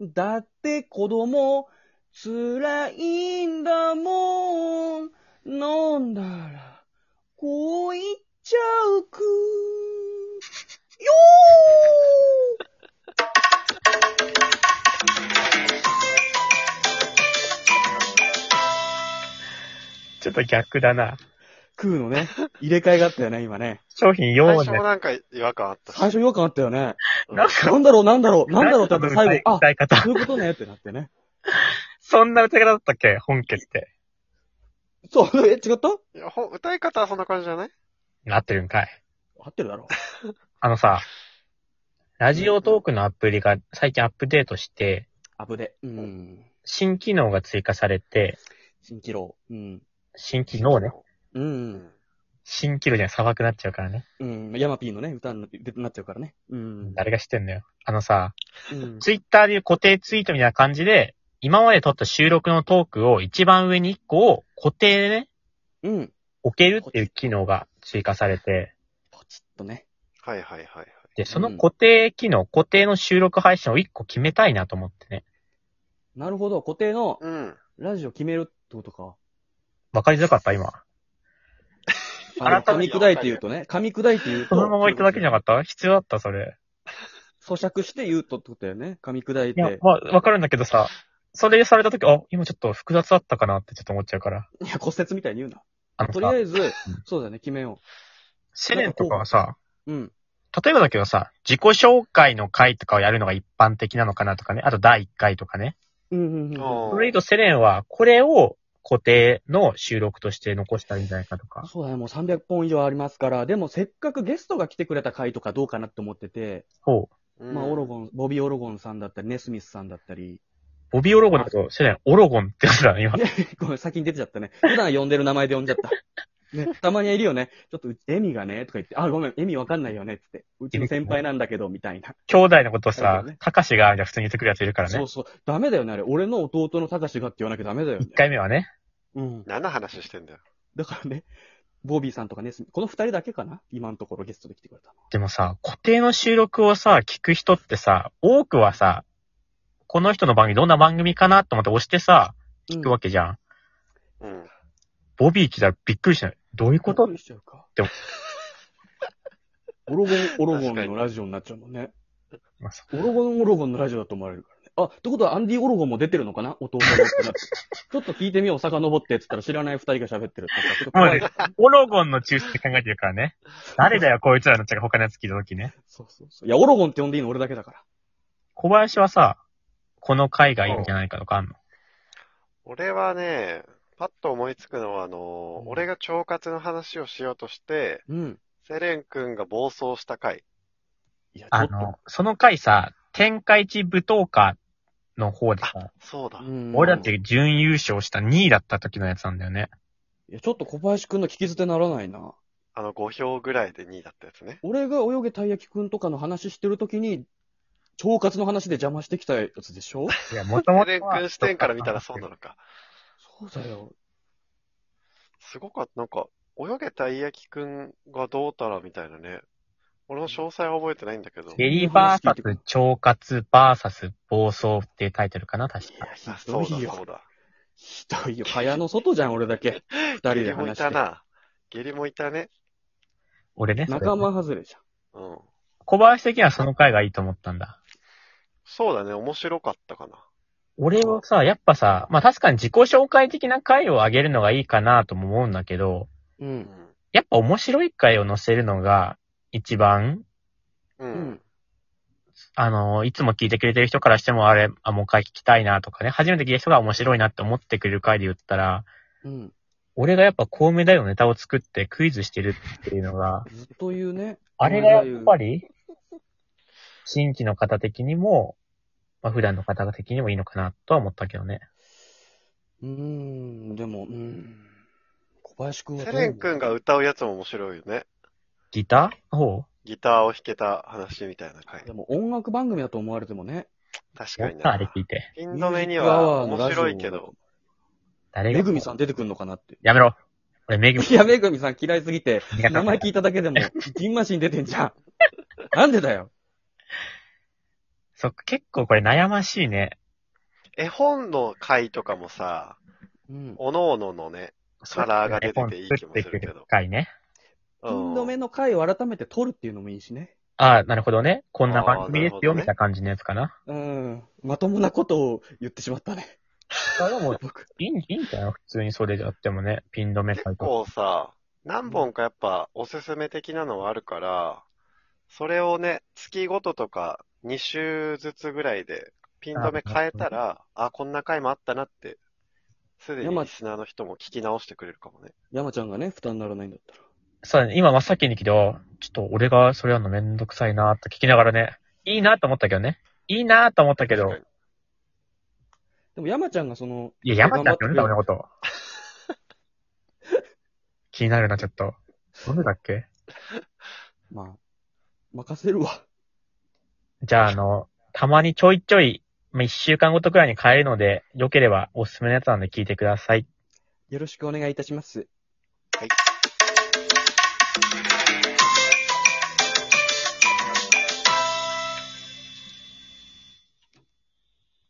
だって子供、辛いんだもん。飲んだら、こう言っちゃうくよーちょっと逆だな。クーのね、入れ替えがあったよね、今ね。商品最4初もで。なんか違和感あったし。最初違和感あったよね。なんか、なんだろう、なんだろう、なんだろうってなったら歌最い後、あ、歌い方。そういうことねってなってね。そんな歌い方だったっけ本家って。そう、え、違ったいやほ歌い方はそんな感じじゃないなってるんかい。合ってるだろ。あのさ、ラジオトークのアプリが最近アップデートして、アブで。うん。新機能が追加されて、新気楼。うん。新機能ね。ううんん。。新機能じゃ騒くなっちゃうからね。うん。ヤマピーのね、歌になってなっちゃうからね。うん。誰が知ってんのよ。あのさ、うんツイッターでいう固定ツイートみたいな感じで、今まで撮った収録のトークを一番上に1個を固定でね、うん。置けるっていう機能が追加されて、ポチッとね。はいはいはいはい。で、そのうん固定機能、固定の収録配信を1個決めたいなと思ってね。なるほど。固定のうん。ラジオ決めるってことか。わかりづらかった今。あの改噛めみて砕いて言うとね、噛み砕いて言うと。そのまま行くだけじゃなかっった必要だったそれ。た。咀嚼して言うとってことだよね。噛み砕いいやて、。まあ、わかるんだけどさ、それされたとき、あ、今ちょっと複雑だったかなってちょっと思っちゃうから。いや、骨折みたいに言うな。あのとりあさ、えず、そうだね、決めよセレンとかはさ、う。うん。例えばだけどさ、自己紹介の回とかをやるのが一般的なのかなとかね、あと第1回とかね。うん、うん、うん。あそれとセレンは、これを固定の収録として残したらいいんじゃないかとか。そうだね、もう300本以上ありますから、でもせっかくゲストが来てくれた回とかどうかなって思ってて、そう。うんまあ、オロゴン、ボビー・オロゴンさんだったり、ネスミスさんだったり、ボビーオロゴンだと、セレン、オロゴンってやつだね、今。ね、 ごめん、先に出てちゃったね。普段呼んでる名前で呼んじゃった。 ね、たまにはいるよね。ちょっとうち、エミがね、とか言って、あ、ごめん、エミわかんないよね、つって。うちの先輩なんだけど、みたいな。兄弟のことをなるさほどね、たかしが、みたいな普通に言ってくるやついるからそねう。そう。ダメだよね、あれ。俺の弟の高志がって言わなきゃダメだよね1。回目はね。うん。何の話してんだよ。だからね、ボビーさんとかね、この二人だけかな今のところゲストで来てくれたの。でもさ、固定の収録をさ、聞く人ってさ、多くはさ、この人の番組どんな番組かなと思って押してさ、聞聞くわけじゃん。うん。ボビー来たらびっくりしない。どういうことにしちゃうかでも。 オロゴン、オロゴン確のかにラジオになっちゃうもんね。まあそうオロゴン、オロゴンのラジオだと思われるからね。あ、ってことはアンディ・オロゴンも出てるのかな弟のってな って。ちょっと聞いてみよう、遡ってって言ったら知らない二人が喋ってるって言ったらちょっと怖い。オロゴンの抽出って考えてるからね。誰だよ、こいつらのっちゃ他のやつ聞いたときね。そうそうそう。いや、オロゴンって呼んでいいの俺だけだから。小林はさ、この回がいいんじゃないかとかあんの俺はね、パッと思いつくのは、あのー、俺が腸活の話をしようとして、うん。セレン君が暴走した回。いや、ちょあっと。の、その回さ、天下一舞踏家の方でさ、そうだ。うん俺だって準優勝した2位だった時のやつなんだよね。いや、ちょっと小林くんの聞き捨てならないな。あの、5票ぐらいで2位だったやつね。俺が泳げたい焼きくんとかの話してるときに、腸活の話で邪魔してきたやつでし ょいや、もともセとレン君視点から見たらそうなの か。そうだよ。すごかった。なんか、泳げたいやきくんがどうたらみたいなね。俺の詳細は覚えてないんだけど。ゲリバーサス、腸活バーサス、暴走っていうタイトルかな、確いか。や、ひあ、そどうだいそよう。だ。ひどいよ。蚊帳の外じゃん、俺だけ。二人ゲでリもい話してた。な。ゲリもいたね。俺ね。それ仲間外れじゃん。うん。小林的にはその回がいいと思ったんだ。そうだね。面白かったかな。俺はさ、やっぱさ、まあ確かに自己紹介的な回を上げるのがいいかなとも思うんだけど、う。うんん。やっぱ面白い回を載せるのが一番、ううんん。。あの、いつも聞いてくれてる人からしても、あれ、あ、もう一回聞きたいなとかね、初めて聞いた人が面白いなって思ってくれる回で言ったら、うん。俺がやっぱコウメ太夫のネタを作ってクイズしてるっていうのが、ずっと言うね。あれがやっぱり、新規の方的にも、まあ、普段の方的にもいいのかなとは思ったけどね。うーん、でも、うん。小林くんはセレン君が歌うやつも面白いよね。ギターほギターを弾けた話みたいな回。でも音楽番組だと思われてもね。確うかにあれな。聞いて。ピン止めにミュージックアはワーのラ面ジオ白いけど。。誰が。めぐみさん出てくんのかなって。やめろ。俺、めぐ み。いや、めぐみさん嫌いすぎて、苦手名前聞いただけでも、ジンマシン出てんじゃん。なんでだよ。そっか、結構これ悩ましいね。絵本の回とかもさ、うん。おのおののね、カラーが出てていい気もするけど。回ね。うピンん。止めの回を改めて撮るっていうのもいいしね。ああ、なるほどね。こんな番組でああなるほすどよ、ねみたいな感じのやつかな。うん。まともなことを言ってしまったね。あでも、僕。いいん、いいんじゃない普通にそれであってもね、ピン止め回結とか。構さ、何本かやっぱおすすめ的なのはあるから、それをね、月ごととか2週ずつぐらいでピン止め変えたら、あ、こんな回もあったなって、すでにリスナーの人も聞き直してくれるかもね。山ちゃんがね、負担にならないんだったら。そうだね、今真っ先に来て、あちょっと俺がそれやるのめんどくさいなって聞きながらね、いいなと思ったけどね。いいなと思ったけど確、かでも山ちゃんがその、いや、山ちゃんって呼んでた頑俺張の こと。気になるな、ちょっと。どんでだっけってまあ、任せるわ。じゃあ、あの、たまにちょいちょい、まあ、一週間ごとくらいに変えるので、良ければおすすめのやつなんで聞いてください。よろしくお願いいたします。にはい。